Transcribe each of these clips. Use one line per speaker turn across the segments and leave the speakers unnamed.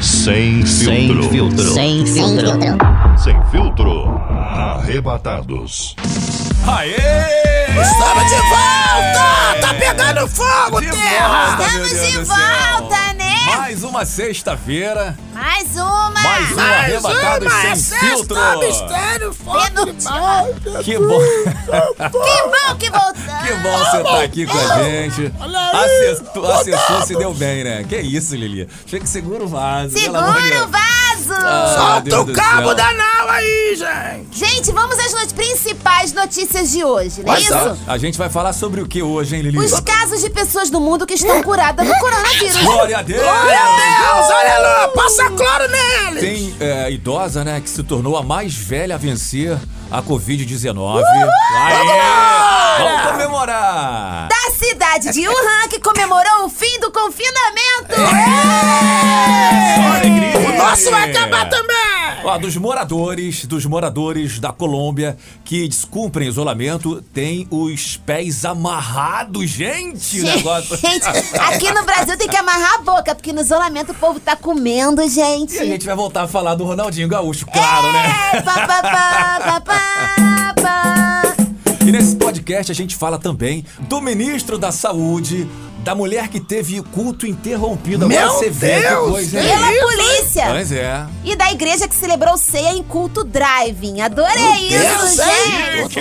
Sem filtro.
Sem filtro.
Sem filtro.
Sem filtro. Arrebatados.
Aê!
Estamos de volta! Tá pegando fogo,
De
terra!
volta, meu
Estamos
Deus
de
do céu.
volta, né?
Mais uma sexta-feira,
Mais uma!
mais um
Mais
Arrebatados
uma,
Sem Filtro.
sexta, mistério, fogo
Pelo
demais!
Que bom,
Que bom que voltamos!
que bom você tá aqui com a gente.
Olha aí,
Acessou, acessou se deu bem, né? Que isso, Lili? Chega que segura o vaso. pelo amor de
Segura o
Deus.
vaso!
Ah,
Solta
Deus
o
do
cabo
céu.
da nau aí, gente!
Gente, vamos às not- principais notícias de hoje, não é
Mas
isso?
a, a gente vai falar sobre o que hoje, hein, Lili?
Os casos de pessoas do mundo que estão curadas do coronavírus.
Glória a Deus!
Meu Deus, olha lá! Passa cloro nele!
Tem é, idosa, né, que se tornou a mais velha a vencer a Covid-19. Aê! Vamos comemorar!
Da cidade de Wuhan, que comemorou o fim do confinamento.
É.
É.
Alegria! É.
O nosso vai acabar também!
Ó, dos moradores, dos moradores da Colômbia que descumprem isolamento, tem os pés amarrados, gente! o negócio.
Gente, aqui no Brasil tem que amarrar a boca, porque no isolamento o povo tá comendo, gente.
E a gente vai voltar a falar do Ronaldinho Gaúcho, claro, né?
É, pá, pá, pá, pá, pá, pá.
E nesse podcast a gente fala também do ministro da Saúde, da mulher que teve culto interrompido. Agora
Meu
você vê que
Deus!
coisa. hein?
Pela é polícia.
Pois é.
E da igreja que celebrou ceia em culto driving. Adorei
Deus,
isso, gente.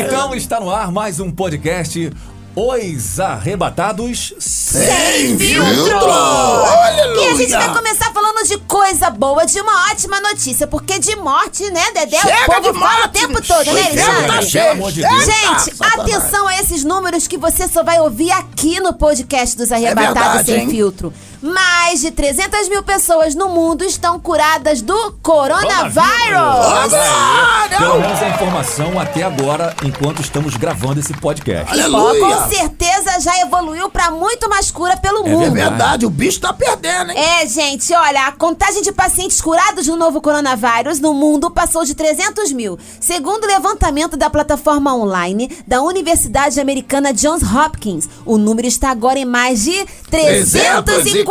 Então está no ar mais um podcast Os Arrebatados
Sem filtro! E a gente vai começar falando de coisa boa, de uma ótima notícia, porque de morte, né, Dedé?
Chega
o povo fala o
de morte.
tempo todo, né,
Chega,
Pelo
Alexandre?
chega.
amor de Deus.
Ah,
Gente,
Satanás.
atenção a esses números que você só vai ouvir aqui no podcast dos Arrebatados
É verdade,
Sem
hein?
Filtro. Mais de 300 mil pessoas no mundo estão curadas do coronavírus.
Olha!
então.
Pelo menos a informação até agora, enquanto estamos gravando esse podcast.
Ó,
Aleluia!
com certeza já evoluiu pra muito mais cura pelo
É
mundo.
Verdade, o bicho tá perdendo, hein?
É, gente, olha, a contagem de pacientes curados do novo coronavírus no mundo passou de 300 mil, segundo o levantamento da plataforma online da Universidade Americana Johns Hopkins. O número está agora em mais de 340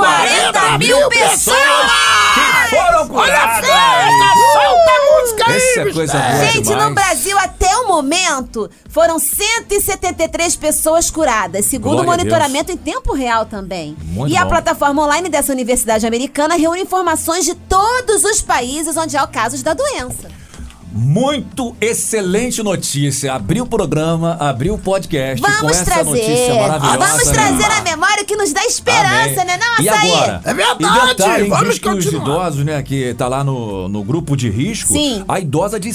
mil pessoas!
Que foram
Olha a
curadas!
festa! Solta a música aí,
Essa é
bicho.
coisa boa
Gente,
demais.
no Brasil, até o momento, foram 173 pessoas curadas, segundo o
Glória a Deus.
monitoramento em tempo real também.
Muito
e a
bom.
plataforma online dessa universidade americana reúne informações de todos os países onde há casos da doença.
Muito excelente notícia. Abriu o programa, abriu o podcast com
Vamos
essa
trazer.
notícia maravilhosa.
Vamos
né?
trazer a memória que nos dá esperança,
Amém.
né, não, açaí?
E agora?
É verdade,
E detalhe, hein,
vamos
diz que os
continuar.
idosos, né, que tá lá no, no grupo de risco,
Sim.
a idosa de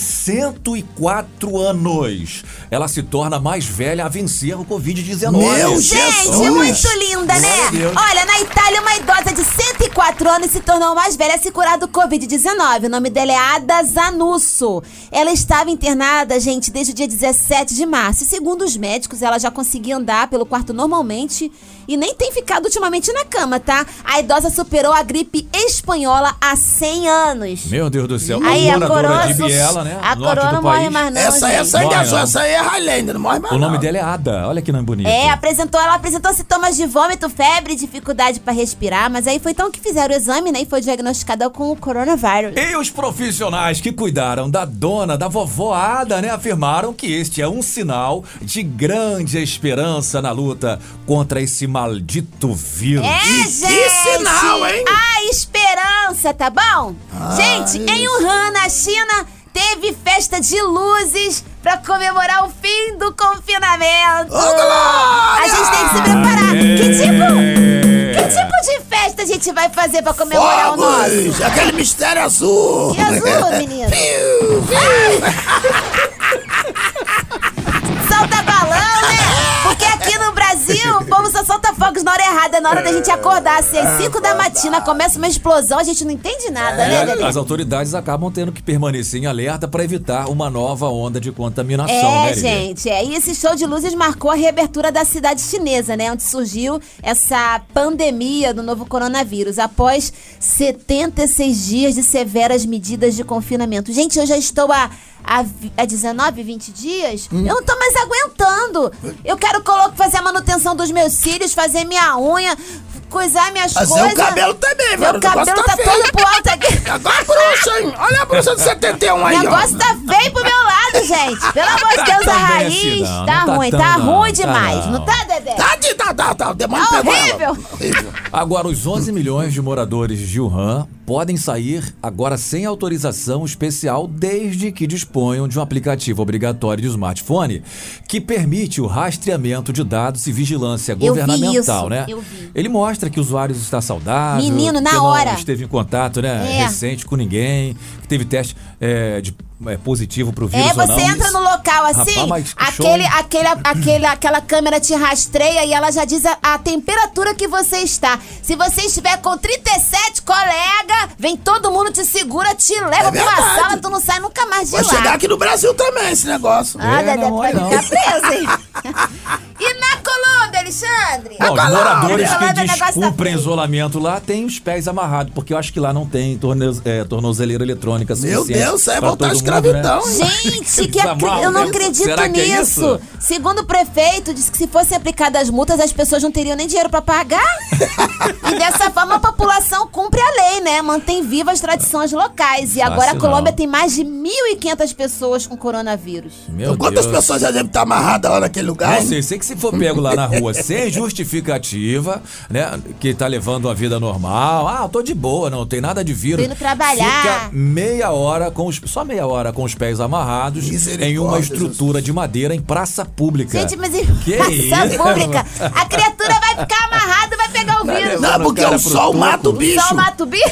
104 anos, ela se torna a mais velha a vencer o Covid-19.
Meu
Gente,
Jesus!
muito linda,
Glória
né?
a Deus.
Olha, na Itália, uma idosa de 104 anos se tornou a mais velha a se curar do Covid-19. O nome dela é Ada Zanusso. Ela estava internada, gente, desde o dia 17 de março. E segundo os médicos, ela já conseguia andar pelo quarto normalmente e nem tem ficado ultimamente na cama, tá? A idosa superou a gripe espanhola há 100 anos.
Meu Deus do céu.
Aí, a
moradora
corona,
de Biela, né?
a
norte do
corona não morre
país.
mais não,
Essa,
gente.
essa
Morre,
engaçou,
não.
essa aí é Highlander, não morre mais
O nome
não.
dela é Ada. Olha que nome bonito.
É, apresentou, ela apresentou sintomas de vômito, febre, dificuldade pra respirar, mas aí foi então que fizeram o exame, né? E foi diagnosticada com o coronavírus.
E os profissionais que cuidaram da dona, da vovó Ada, né, afirmaram que este é um sinal de grande esperança na luta contra esse maldito vírus.
É, gente!
sinal, hein?
A esperança, tá bom? gente, em Wuhan, na China, teve festa de luzes pra comemorar o fim do confinamento. A gente tem que se preparar. Que tipo, que tipo de festa a gente vai fazer pra comemorar o nosso?
Fogos! Aquele mistério azul!
E azul, menino?
Piu,
solta balão, né? Porque aqui no Brasil, o povo só solta fogos na hora errada, na hora da gente acordar. Se às 5 da matina começa uma explosão, a gente não entende nada, né,
E a-
Lelê?
as autoridades acabam tendo que permanecer em alerta para evitar uma nova onda de contaminação, né,
É,
Lili?
gente, é. E esse show de luzes marcou a reabertura da cidade chinesa, né? Onde surgiu essa pandemia do novo coronavírus, após 76 dias de severas medidas de confinamento. Gente, eu já estou há, há, vi- há 19, 20
Hum.
dias. Eu não tô mais aguentando. Eu quero colo- fazer a manutenção dos meus cílios, fazer minha minha unha, coisar minhas
Mas
coisas.
é o cabelo também, velho.
Meu cabelo tá todo pro alto aqui.
Agora a bruxa, hein? Olha a bruxa do 71
O
aí, ó.
negócio tá feio pro meu lado, gente. Pelo amor de Deus, a
tão bem
raiz
assim, não.
tá
Não tá
ruim,
tão,
tá
não.
ruim
Tá
demais. Não
não.
tá, Dedé?
Tá, de- tá, tá, tá. O demônio
Tá
pegou ela.
horrível.
Horrível.
Agora, os 11 milhões de moradores de Wuhan podem sair agora sem autorização especial desde que disponham de um aplicativo obrigatório de smartphone que permite o rastreamento de dados e vigilância
vi
governamental,
isso,
né?
eu vi.
Ele mostra que o usuário está saudável,
Menino, na
que não
hora.
esteve em contato, né,
É.
recente com ninguém, que teve teste é, de é, positivo pro vírus
É,
ou não.
você entra no local assim,
Rapaz, mas que show,
aquele,
hein?
aquele, aquele, aquela câmera te rastreia e ela já diz a, a temperatura que você está. Se você estiver com 37, colega, vem todo mundo, te segura, te leva
É
pra uma
verdade.
sala, tu não sai nunca mais de
Vai
lá.
chegar aqui no Brasil também esse negócio.
Ah,
É,
Dedé,
não,
tu vai
olha,
ficar
não.
preso, hein? e na Colômbia, Alexandre?
Não, os
Agora,
moradores
olha,
que
olha, o negócio tá
descumprem
feio.
isolamento lá têm os pés amarrados, porque eu acho que lá não tem torne- é, tornozeleira eletrônica
Meu
suficiente.
Deus, isso aí é
pra
voltar à
todo mundo, né?
escravidão. hein?
é.
Gente, que acre-
Desamarro,
eu não
né?
acredito
Será que é
nisso.
isso?
Segundo o prefeito, disse que se fossem aplicadas as multas, as pessoas não teriam nem dinheiro pra pagar. e dessa forma, a população cumpre a lei, né? Mantém vivas as tradições locais. E agora a
Fácil
Colômbia
não.
tem mais de 1.500 pessoas com coronavírus.
né? Meu
Então Quantas
Deus.
pessoas já devem estar amarradas lá naquele lugar?
Não
hein?
sei, sei que se for pego lá na rua sem justificativa, né? Que tá levando uma vida normal. Ah, eu tô de boa, não tem nada de vírus.
Tô indo trabalhar.
Fica meia hora com os. Só meia hora com os pés amarrados em
Misericórdia,
uma estrutura de madeira em praça pública.
Gente, mas e
Que
praça
isso?
pública? A criatura vai ficar amarrada e vai pegar o vírus.
Não,
Mano,
porque
cara,
o sol
pro
mata o
turco.
bicho.
Só mata o bicho.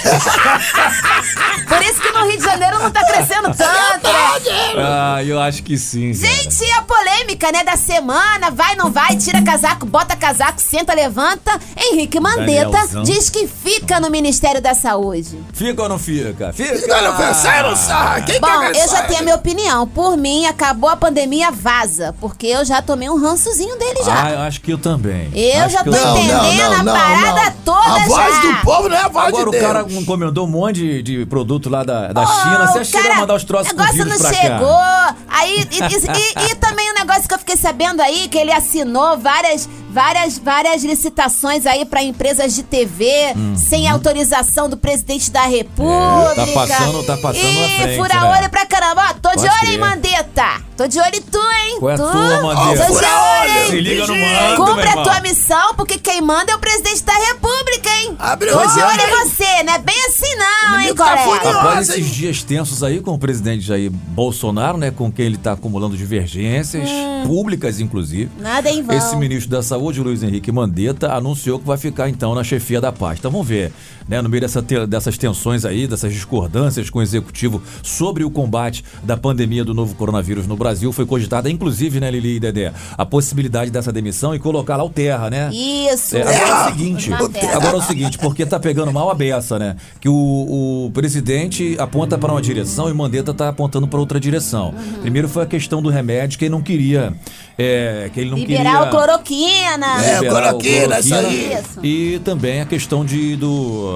Por isso que no Rio de Janeiro não tá crescendo tanto, né?
Ah, eu acho que sim. cara.
Gente, a polêmica, né, da semana, vai, não vai, tira casaco, bota casaco, senta, levanta. Henrique Mandetta
Danielzão.
diz que fica no Ministério da Saúde.
Fica ou não fica? Fica!
Fica no pé, sai não
Ah.
sai. Quem
Bom,
quer que é
eu já
saia?
tenho a minha opinião. Por mim, acabou a pandemia, vaza. Porque eu já tomei um rançozinho dele já.
Ah, eu acho que eu também.
Eu
Acho
já
que
tô
também.
entendendo. a parada toda
A voz
já.
do povo não é a voz
Agora
de
o
Deus.
cara encomendou um monte de, de produto lá da, da
Ô,
China. Você acha que ele
cara,
vai mandar os troços
O
com
negócio
vírus
não
pra
chegou.
cá?
Aí, e, e- e- e também o negócio que eu fiquei sabendo aí, que ele assinou várias, várias, várias licitações aí pra empresas de TV,
Uhum.
sem autorização do presidente da República.
tá É, passando- tá passando
Ih,
na frente,
fura
né?
olho pra caramba. Ó, tô de
Pode
olho,
crer.
hein, Mandetta. Tô de olho em tu, hein?
Qual é a
tu?
tua, Mandetta?
Ó,
Tô de
fura
olho,
olho.
hein?
Se liga no mando,
Cumpre
meu
a
irmão.
tua missão, porque quem manda é o presidente da República, hein?
Abre
Tô
os
de olho em
olhos.
você, não é bem assim não, hein,
menino tá
colega?
furioso.
Após
Nossa, hein?
esses dias tensos aí com o presidente Jair Bolsonaro, né, com quem ele tá acumulando divergências
Hum.
públicas, inclusive.
Nada em vão.
Esse ministro da Saúde, Luiz Henrique Mandetta, anunciou que vai ficar então na chefia da pasta. Vamos ver, né, no meio dessa te- dessas tensões aí, dessas discordâncias com o executivo sobre o combate da pandemia do novo coronavírus no Brasil, foi cogitada inclusive, né, Lili e Dedé, a possibilidade dessa demissão e colocar lá o Terra, né?
Isso.
É, agora é o
Terra.
seguinte,
Uma terra.
agora é o seguinte, porque tá pegando mal a beça, né? Que o, o presidente aponta para uma direção e Mandetta tá apontando para outra direção.
Uhum.
Primeiro foi a questão do remédio que ele não queria, é, que ele não
Liberar o
queria
cloroquina.
É,
liberar o
cloroquina, isso aí.
Isso.
E também a questão de, do,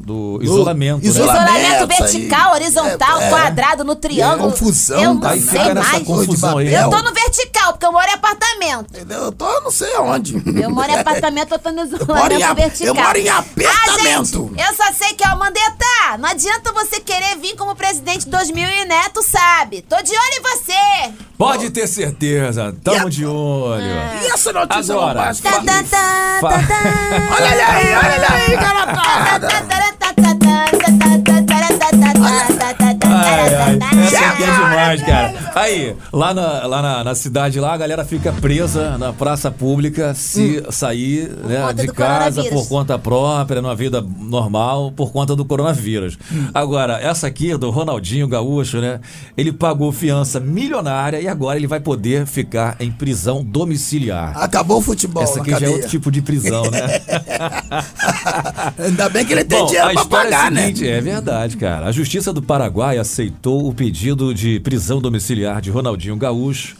do isolamento, né?
isolamento.
Isolamento
Lamento aí.
vertical, horizontal,
É, é.
quadrado, no triângulo.
confusão,
Eu não
tá?
Aí
Não
sei
fica nessa
mais.
confusão aí.
Eu
né?
tô no vertical, porque eu moro em apartamento.
Entendeu? Eu tô não sei aonde.
Eu moro em apartamento, eu tô no isolamento
É. moro em a-
vertical.
eu moro em
Ah,
apartamento.
gente, eu só sei que é o Mandetta. Não adianta você querer vir como presidente 2000 e neto, sabe? Tô de olho em você.
Pode ter certeza, tamo
Yeah.
de olho.
É.
E essa notícia
Agora.
bombástica?
Tá, tá, tá,
Fa-
tá, tá.
Olha ele aí, olha ele aí, tá garotada.
tá,
Ai, ai, essa aqui é
Chega!
tá,
demais, cara. Aí, lá, na, lá na, na cidade, lá, a galera fica presa na praça pública se sair né,
conta
de
do
casa
coronavírus.
por conta própria, numa vida normal, por conta do coronavírus. Agora, essa aqui é do Ronaldinho Gaúcho, né? Ele pagou fiança milionária e agora ele vai poder ficar em prisão domiciliar.
Acabou o futebol
Essa
Ah, na
aqui já é
cadeia.
outro tipo de prisão, né?
Ainda bem que ele tem dinheiro pra
história
pagar, né?
seguinte, É verdade, cara. A Justiça do Paraguai aceitou o pedido de prisão domiciliar de Ronaldinho Gaúcho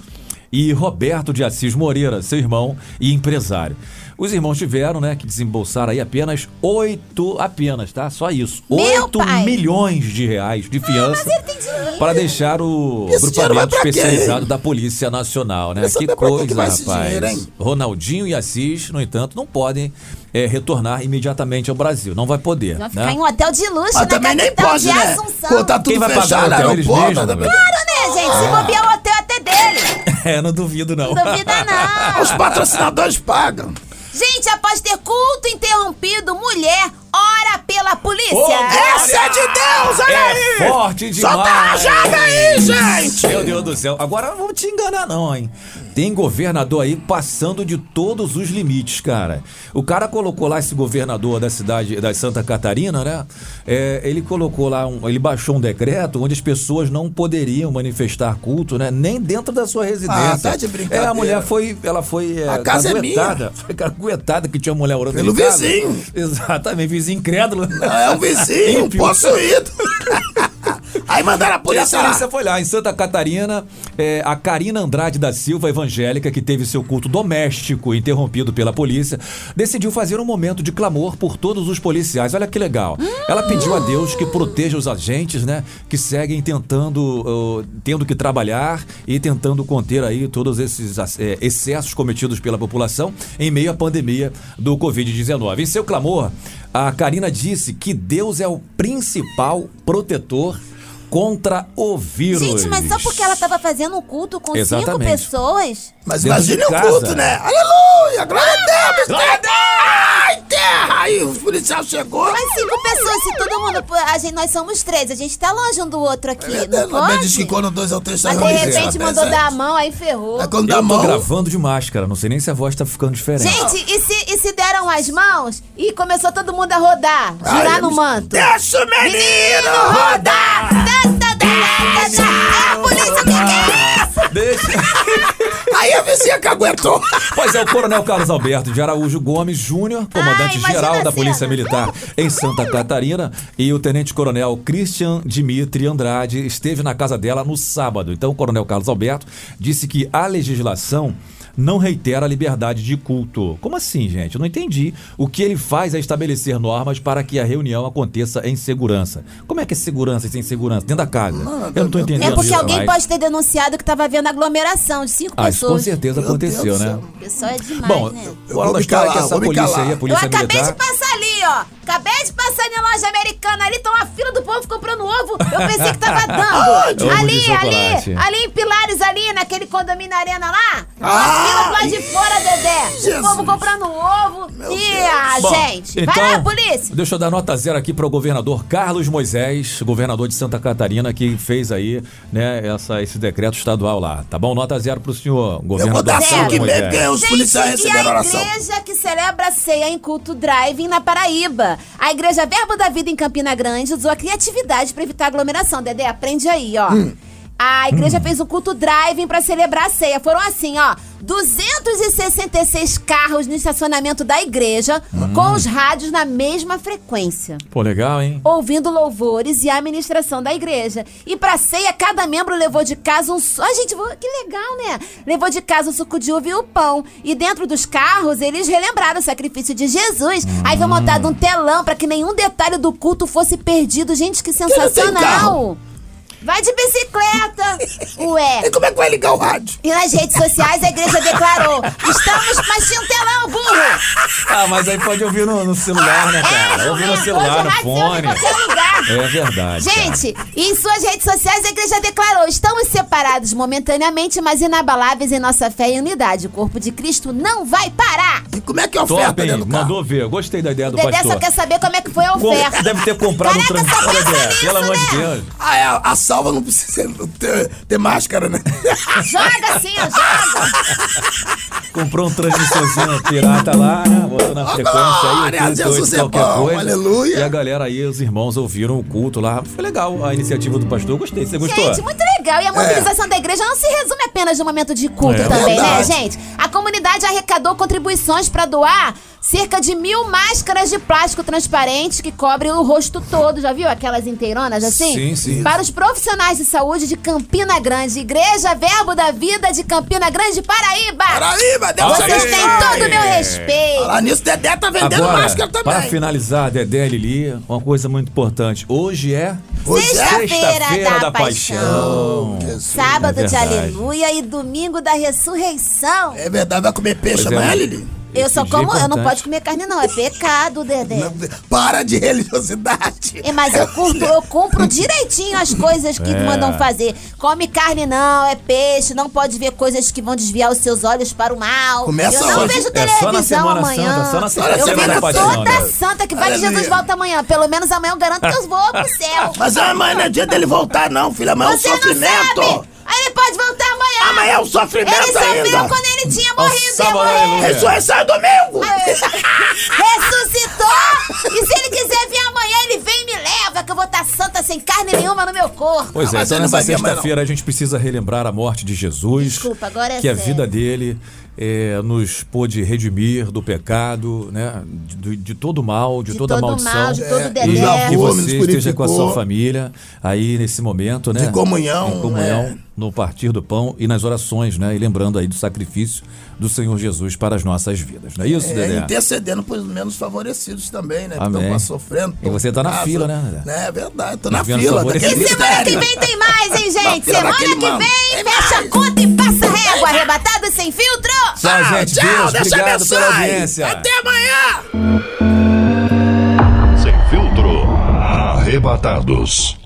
e Roberto de Assis Moreira, seu irmão e empresário. Os irmãos tiveram, né, que desembolsar aí apenas 8, apenas, tá? Só isso.
Meu
8
pai! Ah,
milhões de reais de fiança
mas ele tem dinheiro.
para deixar o
Esse dinheiro vai
agrupamento
pra quem?
especializado da Polícia Nacional, né?
Quer saber
que
pra quem
coisa,
que vai esse
rapaz.
dinheiro, hein?
Ronaldinho e Assis, no entanto, não podem eh, retornar imediatamente ao Brasil. Não vai poder,
Vai ficar
né?
em um hotel de luxo
Mas
na
também nem
capital
pode,
de
né?
Assunção.
Pô, tá tudo
Quem vai pagar
fechado,
o hotel? Eles
aeroporto,
mesmos,
também.
né?
Claro, né, gente? Se bobear o hotel é até dele.
É, não duvido não.
Não duvida, não.
Ah, Os patrocinadores pagam.
Gente, após ter culto interrompido, mulher ora pela polícia.
Ô, é?
Essa é de Deus, olha aí!
É forte demais!
Solta a rajada aí, gente!
Meu Deus do céu. Agora não vou te enganar, não, hein? Tem governador aí passando de todos os limites, cara. O cara colocou lá esse governador da cidade da Santa Catarina, né? É, ele colocou lá, um- ele baixou um decreto onde as pessoas não poderiam manifestar culto, né? Nem dentro da sua residência.
tá de brincadeira.
É, a mulher foi, ela foi é,
A casa é
caguetada. Foi caguetada que tinha mulher orando
Pelo
em casa.
vizinho.
Exatamente, vizinho incrédulo.
É o vizinho,
Ímpio.
possuído. Aí mandaram a
E a
polícia lá.
polícia foi lá em Santa Catarina. é, a Karina Andrade da Silva, evangélica, que teve seu culto doméstico interrompido pela polícia, decidiu fazer um momento de clamor por todos os policiais. Olha que legal. Ela pediu a Deus que proteja os agentes, né? Que seguem tentando, ô, tendo que trabalhar e tentando conter aí todos esses as- é, excessos cometidos pela população em meio à pandemia do Covid-19. Em seu clamor, a Karina disse que Deus é o principal protetor contra o vírus.
Gente, mas só porque ela tava fazendo um culto com cinco
Exatamente.
pessoas?
Mas
Dentro
imagine
de
o
casa.
culto, né? Aleluia! Glória a Deus! Glória a Deus! Ai, terra! Aí o policial chegou.
Mas cinco pessoas, se todo mundo. A gente, nós somos três, a gente tá longe um do outro aqui. não
É, Mas diz que
pode?
quando tá dois ou três
Mas
são
de
dois,
repente
é,
mandou
é.
dar a mão, aí ferrou.
É quando dá a
Eu tô
mão.
gravando de máscara, não sei nem se a voz tá ficando diferente.
Gente, e se, e se deram as mãos e começou todo mundo a rodar,
Ai,
girar no
eu-
manto?
Deixa o menino rodar!
Tá, tá, tá, tá, tá. É a polícia que quer!
Deixa-
Aí a vizinha que aguentou.
Pois é, o Coronel Carlos Alberto de Araújo Gomes Júnior,
imagina
comandante-geral
a
da Polícia
cena.
Militar em Santa Catarina, e o Tenente-Coronel Christian Dimitri Andrade esteve na casa dela no sábado. Então, o Coronel Carlos Alberto disse que a legislação não reitera a liberdade de culto. Como assim, gente? Eu não entendi. O que ele faz é estabelecer normas para que a reunião aconteça em segurança. Como é que é segurança e sem segurança? Dentro da casa. Eu não tô
É
entendendo
porque
isso
alguém
mais.
pode ter denunciado que tava havendo aglomeração de cinco
Ah, isso com
pessoas.
certeza
Meu Deus
aconteceu,
do
né?
céu.
O pessoal é demais,
Bom,
né?
o
vou
moral da história
me
é que
calar,
essa
vou me
polícia
calar.
aí, a
Eu
polícia
acabei de
militar.
passar ali, ó. Acabei de passar na loja americana. Ali tá uma fila do povo comprando ovo. Eu pensei que tava dando.
Ovo de
ali,
chocolate.
ali, ali em Pilares, ali, naquele condomínio Arena lá.
Ah!
Uma fila do lado de fora, Dedé. O
Jesus.
povo comprando ovo. e a
Bom,
gente.
então,
Vai lá, polícia.
Deixa eu dar nota zero aqui para o governador Carlos Moisés, governador de Santa Catarina, que fez aí, né, essa, esse decreto estadual lá, tá bom? Nota zero pro senhor,
Eu vou
governador
dar
Zero.
Carlos
ação que
Moisés.
mesmo, porque É, os
Gente,
policiais receberam
E
oração.
a igreja que celebra a ceia em culto drive na Paraíba. A igreja Verbo da Vida em Campina Grande usou a criatividade para evitar aglomeração. Dedé, aprende aí, ó.
Hum.
A igreja fez um culto drive para celebrar a ceia. Foram assim, ó, 266 carros no estacionamento da igreja,
Hum.
com os rádios na mesma frequência
Pô, legal, hein?
ouvindo louvores e a administração da igreja. E pra ceia, cada membro levou de casa um... su- Ah, gente, vou- que legal, né? Levou de casa o suco de uva e o pão. E dentro dos carros, eles relembraram o sacrifício de Jesus. Aí foi montado um telão pra que nenhum detalhe do culto fosse perdido. Gente, que sensacional!
carro?
Vai de bicicleta! Ué,
E como é que vai ligar o rádio?
e nas redes sociais a igreja declarou: Estamos. Mas tinha um telão, burro!
Ah, mas aí pode ouvir no, no celular, né, cara? Ouvir no
Ah, Hoje
celular,
o
no
rádio se ouve em
fone.
qualquer lugar.
É verdade. cara.
Gente, em suas redes sociais a igreja declarou: estamos separados momentaneamente, mas inabaláveis em nossa fé e unidade. O corpo de Cristo não vai parar.
E como é que é a
Top,
oferta
hein?
dentro do carro?
Mandou ver. Gostei da ideia do
Dedé
pastor.
só quer saber como é que foi a
Com-
oferta.
Deve ter comprado
Caraca,
um
só
transporte,
pensa
Dedé.
nisso,
Pelo amor de
né?
Deus.
Ah, é, a salva não precisa ter, ter máscara, né?
Joga assim, ó, joga.
Comprou um transmissorzinho pirata lá, né? Botou na
Ó,
frequência
glória a
aí,
Deus,
38,
você é
qualquer
bom,
coisa.
aleluia.
E a galera aí, os irmãos ouviram o culto lá. Foi legal a iniciativa do pastor. eu Gostei, você gostou?
Gente, muito legal. E a mobilização da igreja não se resume apenas no momento de culto
É
também, né,
verdade.
gente? A comunidade arrecadou contribuições para doar cerca de mil máscaras de plástico transparente que cobrem o rosto todo. Já viu aquelas inteironas assim?
Sim, sim.
Para os profissionais de saúde de Campina Grande, Igreja Verbo da Vida de Campina Grande, Paraíba.
Paraíba, Deus
Vocês
abençoe.
têm todo o meu respeito.
Falar nisso, Dedé tá vendendo
Agora,
máscara também.
para finalizar, Dedé e Lili, uma coisa muito importante. Hoje é
Hoje é
Sexta-feira da, Paixão.
Jesus.
Sábado
É
de
verdade.
Aleluia e domingo da Ressurreição.
É verdade, vai comer peixe
Pois é.
amanhã, Lili?
Eu
Esse
só
dia
como,
é
eu não
importante.
pode comer carne não, é pecado, Dedé.
Não, Para de religiosidade.
É, mas eu curto, eu cumpro direitinho as coisas
É.
que mandam fazer. Come carne não, é peixe, não pode ver coisas que vão desviar os seus olhos para o mal.
Começa
eu não
hoje.
vejo
É só na
televisão
Semana
amanhã.
Santa, só na Semana
eu
Santa
fico
da Paixão,
toda
né?
santa que vai que
Aleluia.
Jesus volta amanhã. Pelo menos amanhã eu garanto que eu vou pro céu.
Mas amanhã não é dia dele voltar, não, filha. Amanhã é um
Você não
sofrimento.
sabe! Aí ele pode voltar amanhã!
Amanhã é um sofrimento
Ele sofreu
ainda.
quando ele tinha morrido e ia
sábado,
morrer!
aleluia.
Ressurreição é domingo.
Ressuscitou! E se ele quiser vir amanhã, ele vem e me leva, que eu vou estar santa sem carne nenhuma no meu corpo.
Pois
Ah,
é,
mas
então
ele não
nessa
vai ver mais,
sexta-feira a gente precisa relembrar a morte de Jesus.
Desculpa, agora é
Que a
sério.
vida dele eh, nos pôde redimir do pecado, né? De, de todo mal, de,
De
toda
todo
maldição.
mal,
É,
de todo
E
delé.
que
Nos
você esteja com
purificou.
a sua família aí nesse momento, né?
De comunhão,
Em comunhão,
é.
no partir do pão e nas orações, né? E lembrando aí do sacrifício do Senhor Jesus para as nossas vidas. Não é isso,
É,
Dedé?
intercedendo pros menos favorecidos também, né? Que
Amém.
estão sofrendo.
E você tá na
Ah,
fila,
so-
né, Dedé?
É verdade, tô na
Os menos
fila.
favorecidos.
daquele
E semana que
ministério.
vem tem mais, hein, gente?
Não,
Semana
daquele
que
mamo.
vem,
Tem
fecha a
mais.
conta e passa régua. Arrebatado sem filtro!
Tchau, gente.
Tchau,
Deus,
Deus te
obrigado pela
abençoe.
audiência.
Até amanhã.
Sem filtro. Arrebatados.